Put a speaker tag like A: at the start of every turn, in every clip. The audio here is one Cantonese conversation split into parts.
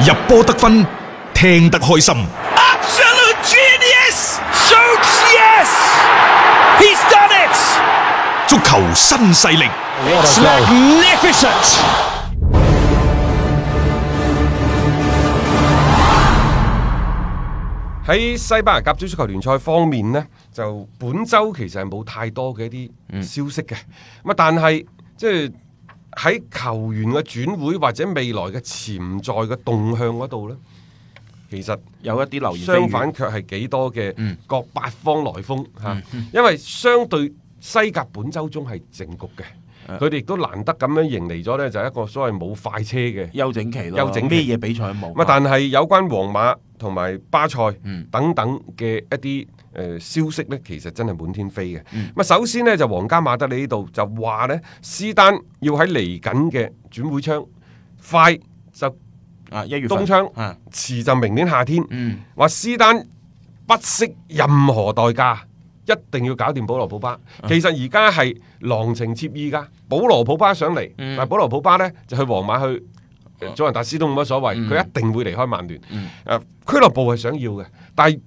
A: 入波得分，聽得開心。
B: Absolute genius! Shoots yes! He's done it!
A: 足球新勢力，
B: It's magnificent!
C: 喺西班牙甲組足球聯賽方面呢，就本周其實係冇太多嘅一啲消息嘅。咁啊、但係即係喺球員嘅轉會或者未來嘅潛在嘅動向嗰度呢，其實
D: 有一啲流言蜚語
C: 相反卻係幾多嘅各八方來風嚇、因為相對西甲本周中係靜局嘅，佢哋亦都難得咁樣迎嚟咗呢，就係一個所謂冇快車嘅
D: 休整期咯，
C: 休整期
D: 咩嘢比賽都冇。
C: 咁啊，但係有關皇馬同埋巴塞
D: 嗯
C: 等等嘅一啲誒、呃消息呢，其實真係滿天飛嘅。咁啊、首先呢，就皇家馬德里呢度就話呢，斯丹要喺嚟緊嘅轉會窗快就
D: 啊一月份
C: 冬窗
D: 啊，
C: 遲就明年夏天。
D: 嗯
C: 話斯丹不惜任何代價，一定要搞掂保羅普巴。
D: 嗯
C: 其實而家係郎情妾意噶，保羅普巴上嚟，
D: 嗯哦
C: 但係保羅普巴呢，就去皇馬去。呃祖雲達斯都冇乜所謂，
D: 嗯
C: 佢、一定會離開曼聯。誒、
D: 嗯
C: 俱樂部係想要嘅，但係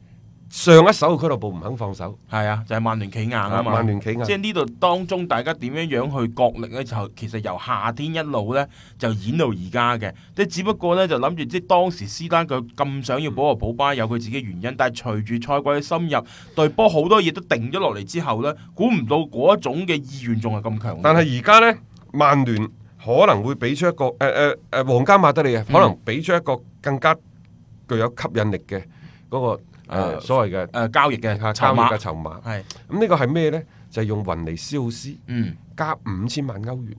C: 上一手嘅俱樂部唔肯放手。
D: 係啊，就係曼聯企硬啊嘛。
C: 啊曼聯企硬
D: 即係呢度當中大家點樣樣去角力呢？就其實由夏天一路呢，就演到而家嘅。即係只不過呢，就諗住即係當時斯丹佢咁想要保羅普巴有佢自己原因，但係隨住賽季嘅深入，對波好多嘢都定咗落嚟之後呢，估唔到嗰一種嘅意願仲係咁強。
C: 但係而家呢，曼聯可能會俾出一個誒誒誒皇家馬德
D: 嗯
C: 里啊，可能俾出一個更加具有吸引力嘅嗰、個呃
D: 誒
C: 所謂嘅
D: 誒交易嘅
C: 下
D: 籌
C: 交易啊嘅
D: 碼
C: 籌碼。
D: 係
C: 咁呢個係咩呢？就係、用雲尼斯奧斯
D: 嗯
C: 加五千萬歐元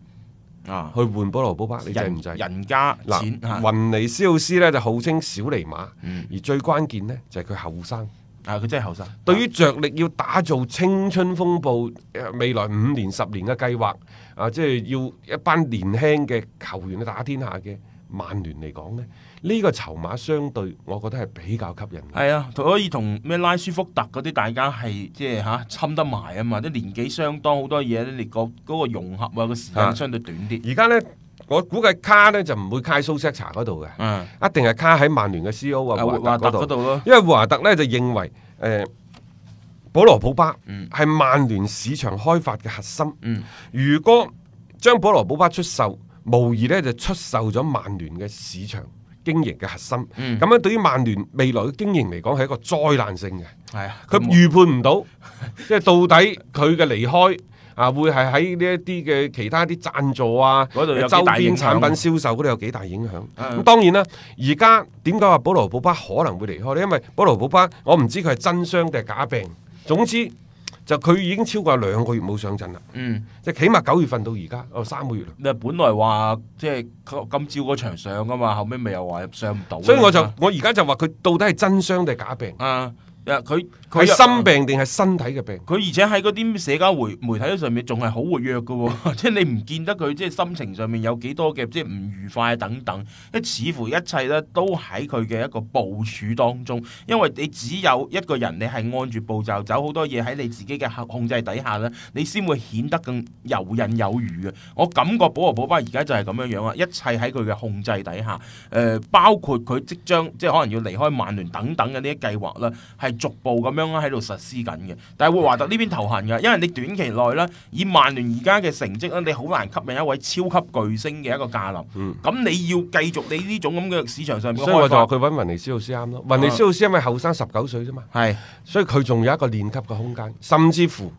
D: 啊，
C: 去換保羅保巴，你制
D: 人
C: 唔制？
D: 人家錢啊
C: 嗱，
D: 嚇
C: 雲尼斯奧斯呢就號稱小尼馬，
D: 嗯
C: 而最關鍵呢就係佢後生。
D: 啊，佢真係後生。
C: 對於着力要打造青春風暴，呃未來五年十年嘅計劃，啊，即係要一班年輕嘅球員去啊打天下嘅曼聯嚟講呢，呢、個籌碼相對我覺得係比較吸引嘅。
D: 係啊，佢可以同咩拉舒福特嗰啲大家係即係嚇侵得埋啊嘛，啲年紀相當，好多嘢咧，你個嗰個融合啊個時
C: 啊
D: 間相對短啲。
C: 而家呢，我估計卡呢就唔會卡喺蘇塞查嗰度嘅，
D: 嗯，
C: 一定係卡喺曼聯嘅 C.O. 啊
D: 啊
C: 胡
D: 華
C: 華特
D: 特
C: 嗰
D: 嗰
C: 度。
D: 度咯，
C: 因為華特呢就認為，誒、呃保羅普巴
D: 嗯
C: 係曼聯市場開發嘅核心。
D: 嗯
C: 如果將保羅普巴出售，無疑呢就出售咗曼聯嘅市場經營嘅核心。咁、
D: 嗯
C: 樣對於曼聯未來嘅經營嚟講係一個災難性嘅，
D: 係啊，
C: 佢預判唔到， 即係到底佢嘅離開。啊，會係喺呢一啲嘅其他啲贊助啊，
D: 嗰度有幾
C: 周
D: 大
C: 邊
D: 影響
C: 產品銷售嗰度有幾大影響。咁、
D: 嗯
C: 當然啦，而家點解話保羅普巴可能會離開呢？因為保羅普巴，我唔知佢係真傷定係假病。總之就佢已經超過兩個月冇上陣啦。
D: 嗯。
C: 即係起碼九月份到而家，哦三個月啦，
D: 你本來話即係今朝嗰場上噶嘛，後尾咪又話上唔到啊嘛。
C: 所以我就我而家就話佢到底係真傷定係假病，
D: 啊，啊佢佢
C: 係心病定係身體嘅病？
D: 佢而且喺嗰啲社交媒媒體上面仲係好活躍嘅喎、 即係你唔見得佢即係心情上面有幾多嘅即係唔愉快等等，即係似乎一切咧都喺佢嘅一個部署當中，因為你只有一個人你係按住步驟走，好多嘢喺你自己嘅控制底下咧，你先會顯得更游刃有餘嘅。我感覺保羅保巴而家就係咁樣樣啊，一切喺佢嘅控制底下，誒、包括佢即將即係可能要離開曼聯等等嘅呢啲計劃啦。係逐步咁樣喺度實施緊嘅。但係會華特呢邊頭痕嘅，因為你短期內咧，以曼聯而家嘅成績咧，你好難吸引一位超級巨星嘅一個價流。咁、
C: 嗯
D: 你要繼續你呢種咁嘅市場上面嘅
C: 所以我
D: 開
C: 就話
D: 發，
C: 佢揾雲尼斯奧斯啱咯，雲尼斯奧斯因為後生十九歲啫嘛，
D: 係
C: 所以佢仲有一個練級嘅空間，甚至乎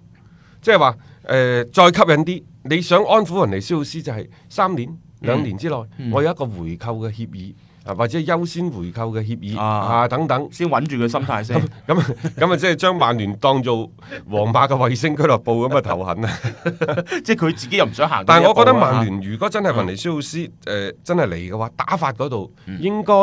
C: 即係話誒再吸引啲，你想安撫雲尼斯奧斯就係三年兩年之內，
D: 嗯
C: 我有一個回購嘅協議啊，或者優先回購嘅協議
D: 啊
C: 啊等等。
D: 先穩住佢心態 先
C: 咁。咁啊咁 啊，即係將曼聯當做皇馬嘅衛星俱樂部咁嘅頭痕啊！
D: 即係佢自己又唔想行。
C: 但係我覺得
D: 啊
C: 曼聯如果真係雲尼斯奧斯誒、
D: 嗯
C: 呃真係嚟嘅話，打法嗰度應該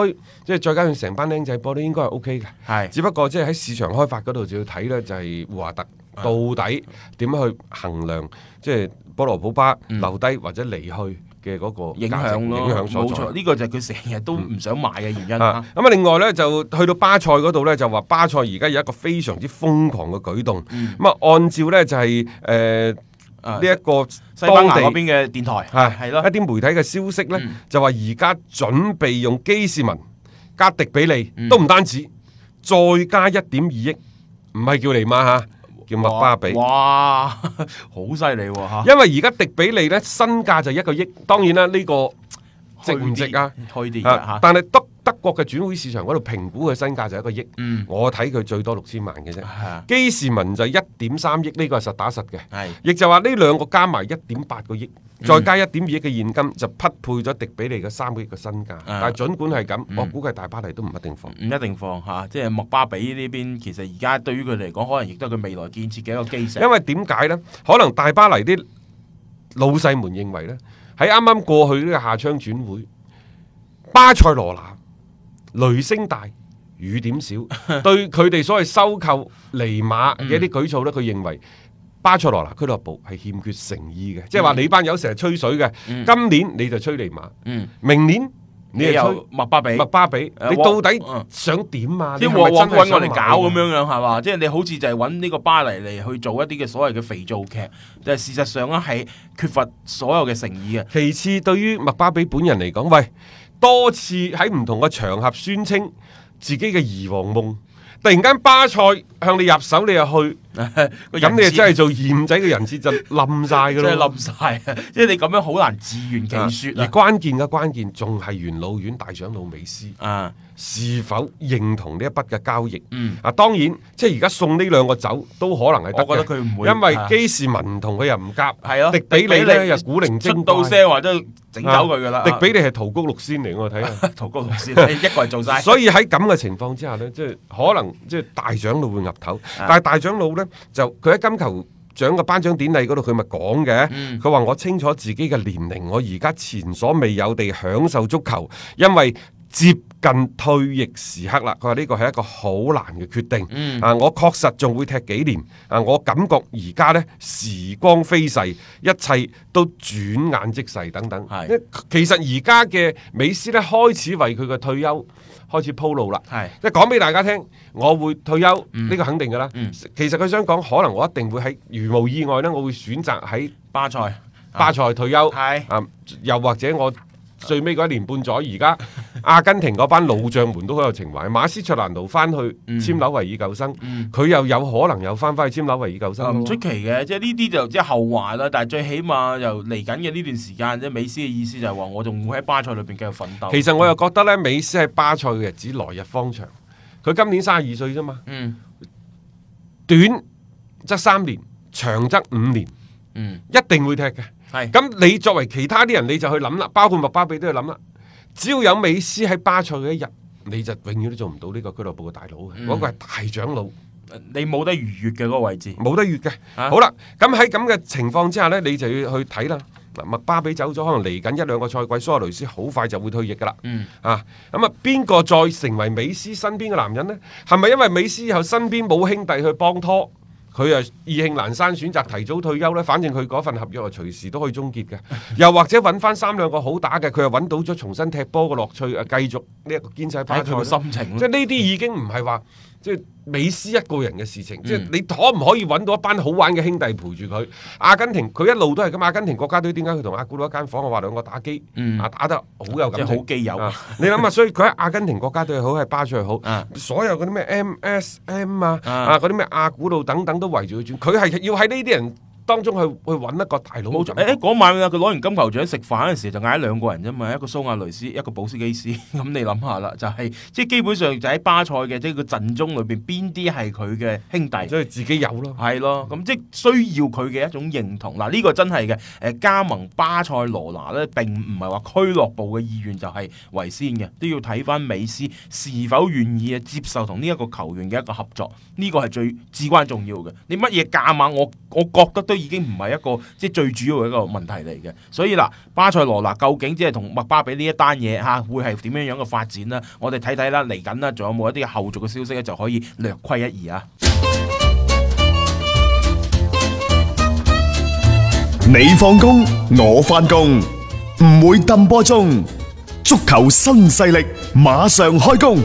C: 即係再加上成班僆仔波都應該係 O K 嘅。
D: 係
C: 只不過即係喺市場開發嗰度就要睇呢，就係胡華特
D: 啊
C: 到底點樣去衡量，即係波羅普巴留低或者離去嘅嗰個
D: 嗯影
C: 價值
D: 響咯，
C: 影響所
D: 冇
C: 在
D: 錯，。呢、個就係佢成日都唔想買嘅原因
C: 啊
D: 啦。，
C: 咁啊，另外呢，就去到巴塞嗰度呢，就話巴塞而家有一個非常之瘋狂嘅舉動。咁啊、按照呢，就係誒呢
D: 嗯啊
C: 一個
D: 西班牙
C: 當地
D: 嗰邊嘅電台
C: 係
D: 係
C: 啊一
D: 咯，嗯
C: 啲媒體嘅消息呢，就話而家準備用基士文加迪比利、
D: 嗯
C: 都唔單止，再加一點二億，唔係叫尼馬嚇，叫麥巴比。
D: 哇， 好犀利喎吓，
C: 因為而家迪比利呢，身價就一個億，當然啦，呢、個值唔值啊？
D: 去啲
C: 啊
D: 吓，
C: 但係德德國嘅轉會市場嗰度評估佢身價就一個億，
D: 嗯
C: 我睇佢最多六千萬嘅啫。
D: 係
C: 基士文就一點三億，呢、個係實打實嘅。
D: 係
C: 亦就話呢兩個加埋一點八個億，再加一點二億嘅現金，就匹配咗迪比利嘅三個億嘅身價。但係儘管係咁，我估計大巴黎都唔一定放。
D: 唔一定放吓，即係麥巴比呢邊，其實而家對於佢嚟講，可能亦都係佢未來建設嘅一個基石。
C: 因為點解呢？可能大巴黎啲老細們認為呢，喺啱啱過去呢個夏窗轉會，巴塞羅那雷聲大雨點少，對佢哋所謂收購尼馬嘅一啲舉措呢，佢認為。巴塞羅那俱樂部係欠缺誠意嘅，即係話你班友成日吹水嘅，今年你就吹尼馬，
D: 嗯
C: 明年你
D: 你
C: 就吹
D: 又麥巴比，
C: 麥巴比，
D: 誒
C: 你
D: 我
C: 到底
D: 嗯
C: 想點啊？
D: 即係
C: 你
D: 鑊
C: 係咪
D: 鑊
C: 真
D: 都
C: 係
D: 揾我
C: 想
D: 嚟
C: 買
D: 搞咁
C: 啊
D: 樣樣係嘛？即係你好似就係揾呢個巴黎嚟去做一啲嘅所謂嘅肥皂劇，但係事實上咧係缺乏所有嘅誠意嘅。
C: 其次，對於麥巴比本人嚟講，喂，多次喺唔同嘅場合宣稱自己嘅兒王夢，突然間巴塞向你入手，你又去，
D: 個
C: 咁
D: 人
C: 你就
D: 設
C: 真係做二五仔嘅人設就冧晒㗎
D: 真係
C: 啦。
D: 冧晒，即係你咁樣好難自圓其説
C: 而
D: 啊！
C: 關鍵嘅關鍵仲係元老院大長老美斯
D: 啊，
C: 是否認同呢一筆嘅交易？
D: 嗯
C: 啊，當然，即係而家送呢兩個走都可能係得嘅
D: 我覺得佢唔會
C: 因為
D: 啊
C: 基士文同佢又唔夾，
D: 係咯，
C: 迪比利呢又古靈
D: 出
C: 精
D: 到
C: 怪，啊
D: 聲或者整走佢噶啦。啊
C: 迪比利係桃谷六仙嚟，我睇下。
D: 陶高同事，你一個人做晒。
C: 所以喺咁嘅情況之下呢，即係可能即係大長老會岌頭，
D: 啊
C: 但係大長老呢，就佢喺金球獎嘅頒獎典禮嗰度，佢咪講嘅，
D: 嗯
C: 佢話、我清楚自己嘅年齡，我而家前所未有地享受足球，因為接近退役時刻啦。佢話呢個係一個好難嘅決定。
D: 嗯
C: 啊，我確實仲會踢幾年。啊，我感覺而家呢，時光飛逝，一切都轉眼即逝等等。
D: 係
C: 其實而家嘅美斯呢，開始為佢嘅退休開始鋪路啦。
D: 係
C: 即係講俾大家聽，我會退休呢、個肯定㗎啦。
D: 嗯
C: 其實佢想講，可能我一定會喺如無意外呢，我會選擇喺
D: 巴塞，
C: 巴塞退休。
D: 係
C: 啊，又或者我最尾嗰一年半載，而家阿根廷嗰班老將們都好有情懷。馬斯卓蘭奴翻去簽紐維爾舊生，
D: 嗯
C: 佢、又有可能又翻返去簽紐維爾舊
D: 啊
C: 生
D: 唔出
C: 咯。
D: 奇嘅，即係呢啲就即係後話啦。但係最起碼又嚟緊嘅呢段時間，即係美斯嘅意思就係話，我仲會喺巴塞裏邊繼續奮鬥。
C: 其實我又覺得呢，美斯喺巴塞嘅日子來日方長。佢今年三十二歲啫嘛，
D: 嗯
C: 短則三年，長則五年，
D: 嗯
C: 一定會踢嘅。
D: 係
C: 咁你作為其他啲人，你就去諗啦，包括麥巴比都去諗啦。只要有美斯喺巴塞嘅一日，你就永遠都做唔到呢個俱樂部嘅大佬嘅，
D: 嗯
C: 嗰、個係大長老。
D: 你冇得逾越嘅嗰個位置。
C: 冇得越嘅。
D: 啊
C: 好啦，咁喺咁嘅情況之下呢，你就要去睇啦。嗱，麥巴比走咗，可能嚟緊一兩個賽季，蘇亞雷斯好快就會退役噶啦。
D: 嗯
C: 啊，咁啊，邊個再成為美斯身邊嘅男人呢？係咪因為美斯以後身邊冇兄弟去幫拖？佢啊意興闌珊，選擇提早退休呢，反正佢嗰份合約啊，隨時都可以終結 嘅。又或者揾翻三兩個好打嘅，佢又揾到咗重新踢波嘅樂趣啊，繼續呢一個堅持喺
D: 睇
C: 巴
D: 佢個
C: 塞啦。
D: 心情
C: 即係
D: 咯。
C: 呢啲已經唔係話即係美斯一個人嘅事
D: 嗯
C: 情，即係你可唔可以揾到一班好玩嘅兄弟陪住佢？阿根廷佢一路都係咁，阿根廷國家隊點解佢同阿古魯一間房？我話兩個打機，
D: 嗯
C: 啊打得好有感情，
D: 即係好基友
C: 啊你諗下，所以佢喺阿根廷國家隊好，喺巴塞好
D: 啊，
C: 所有嗰啲咩 MSM 啊
D: 啊
C: 啊嗰啲咩阿古魯等等都圍住佢轉，佢係要喺呢啲人當中去去揾一個大佬。
D: 冇錯，誒嗰晚啊，佢攞完金球獎食飯嗰陣時就嗌兩個人啫嘛，一個蘇亞雷斯，一個保斯基斯。 咁你諗下啦，就係、即係基本上就喺巴塞嘅，即係個陣中裏邊邊啲係佢嘅兄弟。
C: 所以自己有咯。
D: 係咯，咁即係需要佢嘅一種認同。嗱，呢個真係嘅。誒，加盟巴塞羅那咧，並唔係話俱樂部嘅意願就係為先嘅，都要睇翻美斯是否願意啊接受同呢一個球員嘅一個合作。呢個係最至關重要嘅。你乜嘢價碼，我我覺得都已經唔係一個即係最主要嘅一個問題嚟嘅。所以嗱，巴塞羅那究竟即係同麥巴比呢一單嘢嚇，會係點樣樣嘅發展呢？我哋睇睇啦，嚟緊啦，仲有冇一啲後續嘅消息咧，就可以略窺一二啊！
A: 你放工，我翻工，唔會抌波鐘。足球新勢力馬上開工。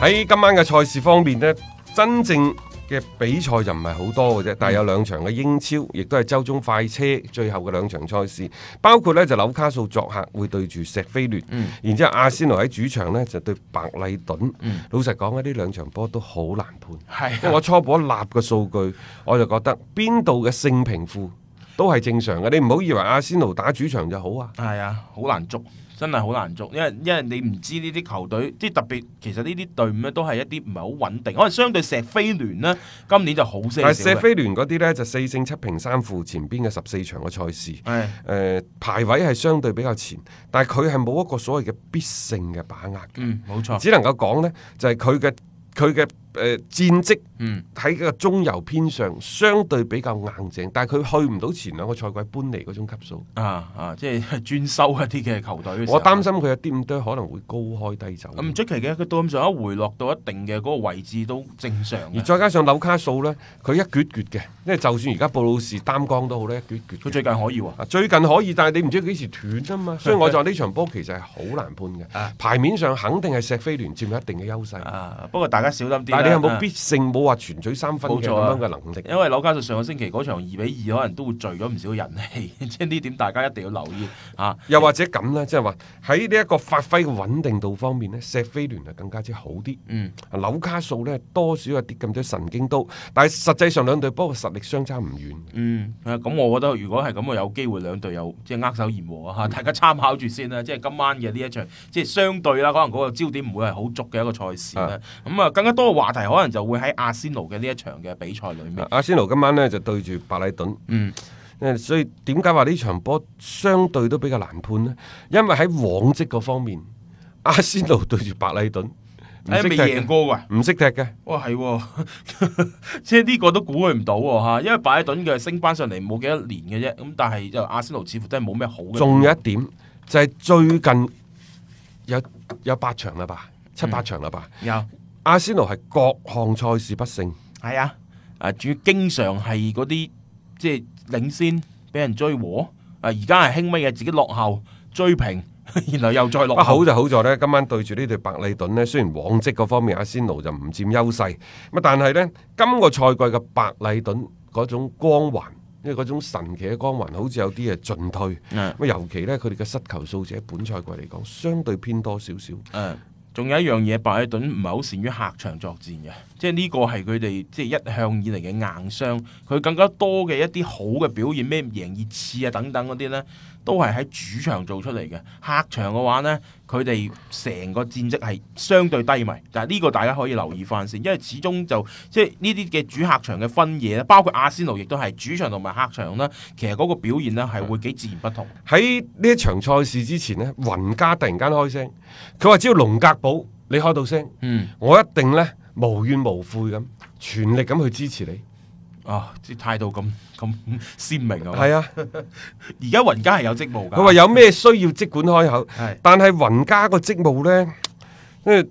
C: 喺今晚嘅賽事方面呢，真正嘅比賽就唔係好多嘅啫，
D: 嗯
C: 但係有兩場嘅英超，亦都係周中快車最後嘅兩場賽事，包括呢就紐卡素作客會對住石飛聯，
D: 嗯
C: 然之後阿仙奴喺主場呢就對白禮頓。老實講啊呢兩場波都好難判，
D: 嗯係啊
C: 因為我初步一立嘅數據，我就覺得邊度嘅勝平負都係正常嘅，你唔好以為阿仙奴打主場就好啊。
D: 係啊，好難捉，真係好難捉，因為因為你唔知呢啲球隊，即係特別其實呢啲隊伍咧都係一啲唔係好穩定，可能相對石飛聯呢，今年就好些少
C: 但係
D: 嘅
C: 謝菲聯嗰啲呢，就四勝七平三負，前邊嘅十四場嘅賽事，
D: 係
C: 誒、呃排位係相對比較前，但係佢係冇一個所謂嘅必勝嘅把握嘅，
D: 嗯，冇錯，
C: 只能夠講呢，就係佢嘅佢嘅誒戰績
D: 嗯
C: 喺個中游偏上，相對比較硬淨，但係佢去唔到前兩個賽季搬嚟嗰種級數，
D: 啊啊，即係專收一啲嘅球隊嘅時候。
C: 我擔心佢有啲咁多可能會高開低走。
D: 唔出奇嘅，佢到咁上下回落到一定嘅嗰個位置都正常
C: 而
D: 嘅。
C: 再加上紐卡素呢，佢一撅撅嘅，因為就算而家布魯士擔綱都好呢，一撅撅嘅。
D: 佢最近可以喎，
C: 啊，最近可以，但係你唔知幾時斷啊 嘛，所以我就話呢場波其實係好難判
D: 啊
C: 嘅。牌面上肯定係石飛聯佔有一定嘅優勢，
D: 啊，不過大家小心啲啦。
C: 但係你有冇
D: 啊
C: 必勝冇話全取三分
D: 冇
C: 嘅咁
D: 錯啊
C: 樣嘅能力？
D: 因為紐卡素上個星期嗰場二比二，可能都會聚咗唔少人氣， 即係呢點大家一定要留意啊！
C: 又或者咁呢，即係話喺呢一個發揮嘅穩定度方面呢，石飛聯啊係更加之好啲。啊
D: 嗯，
C: 紐卡素呢，多少有啲咁多神經刀，但係實際上兩隊波嘅實力相差唔遠。
D: 嗯，啊咁我覺得如果係咁，我有機會兩隊有即係握手言和啊
C: 嗯
D: 嚇，大家參考住先啦。即係今晚嘅呢一場，即係相對啦，可能嗰個焦點唔會係好足嘅一個賽事啦。咁啊，更加多嘅話題可能就會喺阿仙奴嘅呢一場嘅比賽裏面
C: 啊。阿仙奴今晚呢，就對住白禮頓。
D: 嗯。
C: 誒所以點解話呢場波相對都比較難判呢？因為喺往績嗰方面，阿仙奴對住白禮頓唔
D: 誒
C: 識
D: 哎未
C: 踢
D: 贏
C: 嘅，
D: 過㗎。
C: 唔識踢嘅。
D: 哇，係喎、 即係呢個都估佢唔到喎嚇因為拜登嘅升班上嚟冇幾多年嘅啫，咁但係就阿仙奴似乎真係冇咩好嘅。
C: 仲有一點就係、最近有有八場啦吧，七八場啦吧。
D: 有
C: 阿仙奴係各項賽事不勝，
D: 係啊，啊主要經常係嗰啲即係領先俾人追和，啊而家係輕微嘅自己落後追平， 然後又再落
C: 啊
D: 後。
C: 好就好在呢，今晚對住呢隊白利頓呢，雖然往績嗰方面阿仙奴就唔佔優勢，咁啊但係呢，今個賽季嘅白利頓嗰種光環，因為嗰種神奇嘅光環，好似有啲嘢進退。
D: 嗯
C: 咁尤其呢，佢哋嘅失球數字喺本賽季嚟講，相對偏多少少。
D: 誒，仲有一樣嘢，拜登唔係好善於客場作戰嘅，即係呢個係佢哋即係一向以嚟嘅硬傷。佢更加多嘅一啲好嘅表現，咩贏熱刺啊等等嗰啲呢，都係喺主場做出嚟嘅。客場嘅話呢，佢哋成個戰績係相對低迷，但係呢個大家可以留意翻先，因為始終就即係呢啲嘅主客場嘅分野咧，包括阿仙奴亦都係主場同埋客場啦，其實嗰個表現呢
C: 嗯
D: 係會幾自然不同。
C: 喺呢一場賽事之前呢，雲家突然間開聲，佢話只要龍格堡你開到聲，
D: 嗯，
C: 我一定呢無怨無悔咁，全力咁去支持你。
D: 啊，啲態度咁咁鮮明啊！
C: 係啊，
D: 而家雲家係有職務㗎。
C: 佢話有咩需要即管開口
D: 係，
C: 但係雲家個職務呢，因為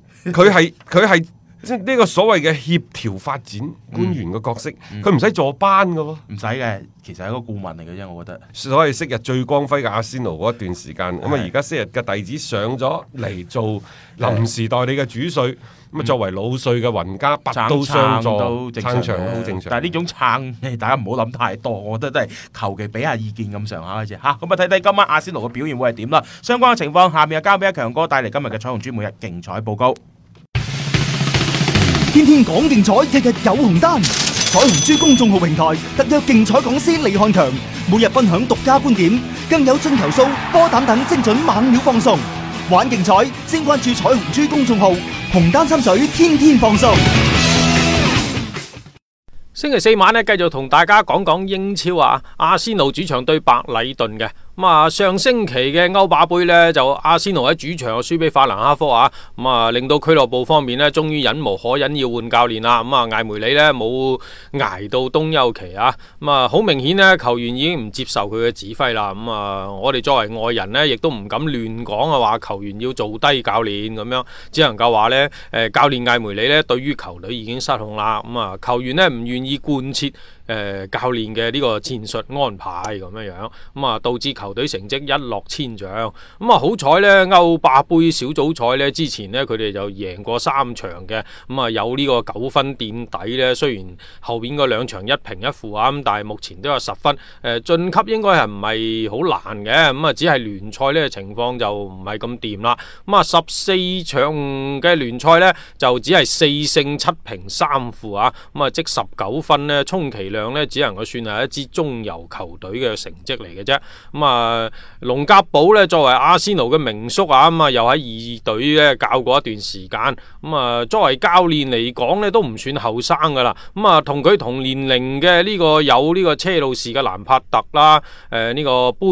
C: 佢係佢係即係呢個所謂嘅協調發展官員嘅角色，
D: 嗯
C: 佢唔使坐班嘅喎。
D: 唔使嘅，其實係一個顧問嚟嘅啫，我覺得。
C: 所謂昔日最光輝嘅阿仙奴嗰一段時間，咁啊而家昔日嘅弟子上咗嚟做臨時代理嘅主帥，咁
D: 嗯
C: 啊作為老帥嘅雲家拔刀相助，
D: 都正常
C: 撐
D: 嘅，
C: 場好正常。
D: 但係呢種撐， 大家唔好諗太多，我覺得都係求其俾下意見咁上下嘅啫嚇。咁啊睇睇今晚阿仙奴嘅表現會係點啦。相關嘅情況，下面啊交俾阿強哥帶嚟今日嘅彩虹珠每日競彩報告。
E: 天天講競彩，日日有紅單。彩虹珠公眾號平台特約競彩講師李漢強，每日分享獨家觀點，更有進球數、波膽等精準猛料放送。玩競彩，先關注彩虹珠公眾號，紅單心水，天天放送。
F: 星期四晚呢，繼續同大家講講英超啊，阿仙奴主場對白禮頓嘅。咁啊，上星期嘅歐霸杯呢，就阿仙奴喺主場啊輸俾法蘭克福啊，咁啊令到俱樂部方面呢，終於忍無可忍要換教練啦。咁啊，艾梅里呢，冇捱到冬休期啊，咁啊好明顯呢，球員已經唔接受佢嘅指揮啦。咁啊，我哋作為外人呢，亦都唔敢亂講啊，話球員要做低教練咁樣，只能夠話呢，誒教練艾梅里呢，對於球隊已經失控啦。咁啊，球員呢，唔願意貫徹呃教練嘅呢個戰術安排咁樣樣，咁啊導致球隊成績一落千丈。咁啊好彩呢，歐霸杯小組賽呢之前呢，佢哋就贏過三場嘅，咁啊有呢個九分墊底呢。雖然後邊嗰兩場一平一負啊，咁但係目前都有十分。誒、晉級應該係唔係好難嘅，咁啊只係聯賽呢情況就唔係咁掂啦。咁啊，十四場嘅聯賽呢，就只係四勝七平三負啊，咁啊即十九分呢，充其量呢，只能夠算係一支中游球隊嘅成績嚟嘅啫。咁啊，龍甲堡呢，作為阿仙奴嘅名宿啊，咁啊又喺二隊呢教過一段時間，咁啊作為教練嚟講呢，都唔算後生噶啦。咁啊，同佢同年齡嘅呢個有呢個車路士嘅蘭帕特啦，誒、呢、個班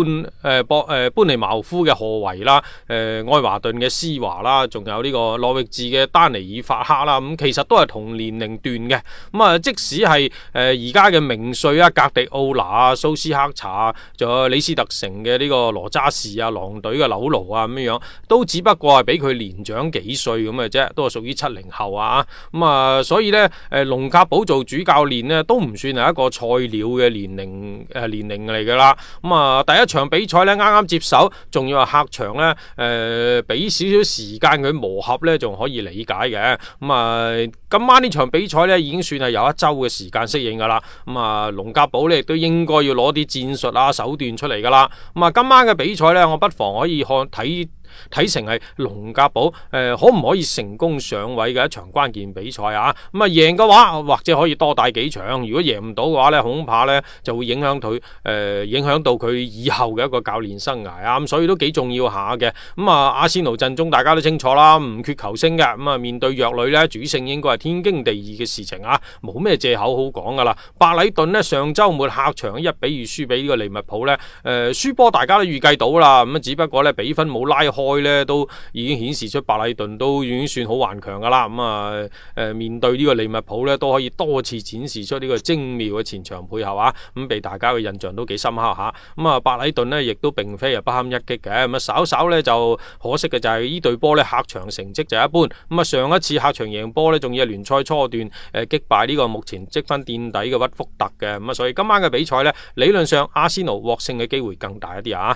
F: 誒、博誒、班尼茅夫嘅何維啦，誒、愛華頓嘅施華啦，仲有呢個諾域治嘅丹尼爾法克啦，咁、其實都係同年齡段嘅。咁、啊，即使係誒而家嘅名帥啊，格迪奧拿啊、蘇斯克查啊，仲有李斯特城嘅呢個羅渣士啊、狼隊嘅紐奴啊咁樣樣，都只不過係比佢年長幾歲咁嘅啫，都係屬於七零後啊。咁啊，所以呢，誒龍甲堡做主教練呢，都唔算係一個菜鳥嘅年齡誒、年齡嚟㗎啦。咁啊，第一場比賽呢，啱啱接手，仲要係客場呢，誒俾少少時間佢磨合呢，仲可以理解嘅。咁啊，今晚呢場比賽呢，已經算係有一周嘅時間適應㗎啦。咁啊，龍甲堡呢，亦都應該要攞啲戰術啊手段出嚟㗎啦。咁啊，今晚嘅比賽呢，我不妨可以看睇。睇成係龍甲堡誒、呃可唔可以成功上位嘅一場關鍵比賽啊？咁、啊贏嘅話，或者可以多打幾場；如果贏唔到嘅話呢，恐怕呢就會影響佢誒、呃影響到佢以後嘅一個教練生涯啊。咁、所以都幾重要下嘅。咁、啊，阿仙奴陣中大家都清楚啦，唔缺球星嘅。咁、啊，面對弱旅呢，主勝應該係天經地義嘅事情啊，冇咩借口好講噶啦。白禮頓呢，上週末客場一比二輸俾呢個利物浦呢，誒、輸波大家都預計到啦。咁啊只不過呢，比分冇拉開。開咧都已經顯示出白禮頓都已經算好頑強噶啦。咁啊誒面對呢個利物浦咧，都可以多次展示出呢個精妙嘅前場配合啊。咁、俾大家嘅印象都幾深刻嚇。咁啊白禮頓呢，亦都並非係不堪一擊嘅。咁啊稍稍咧就可惜嘅就係呢隊波咧客場成績就一般。咁啊上一次客場贏波咧，仲要係聯賽初段誒、呃擊敗呢個目前積分墊底嘅屈福特嘅。咁啊所以今晚嘅比賽咧，理論上阿仙奴獲勝嘅機會更大一啲啊。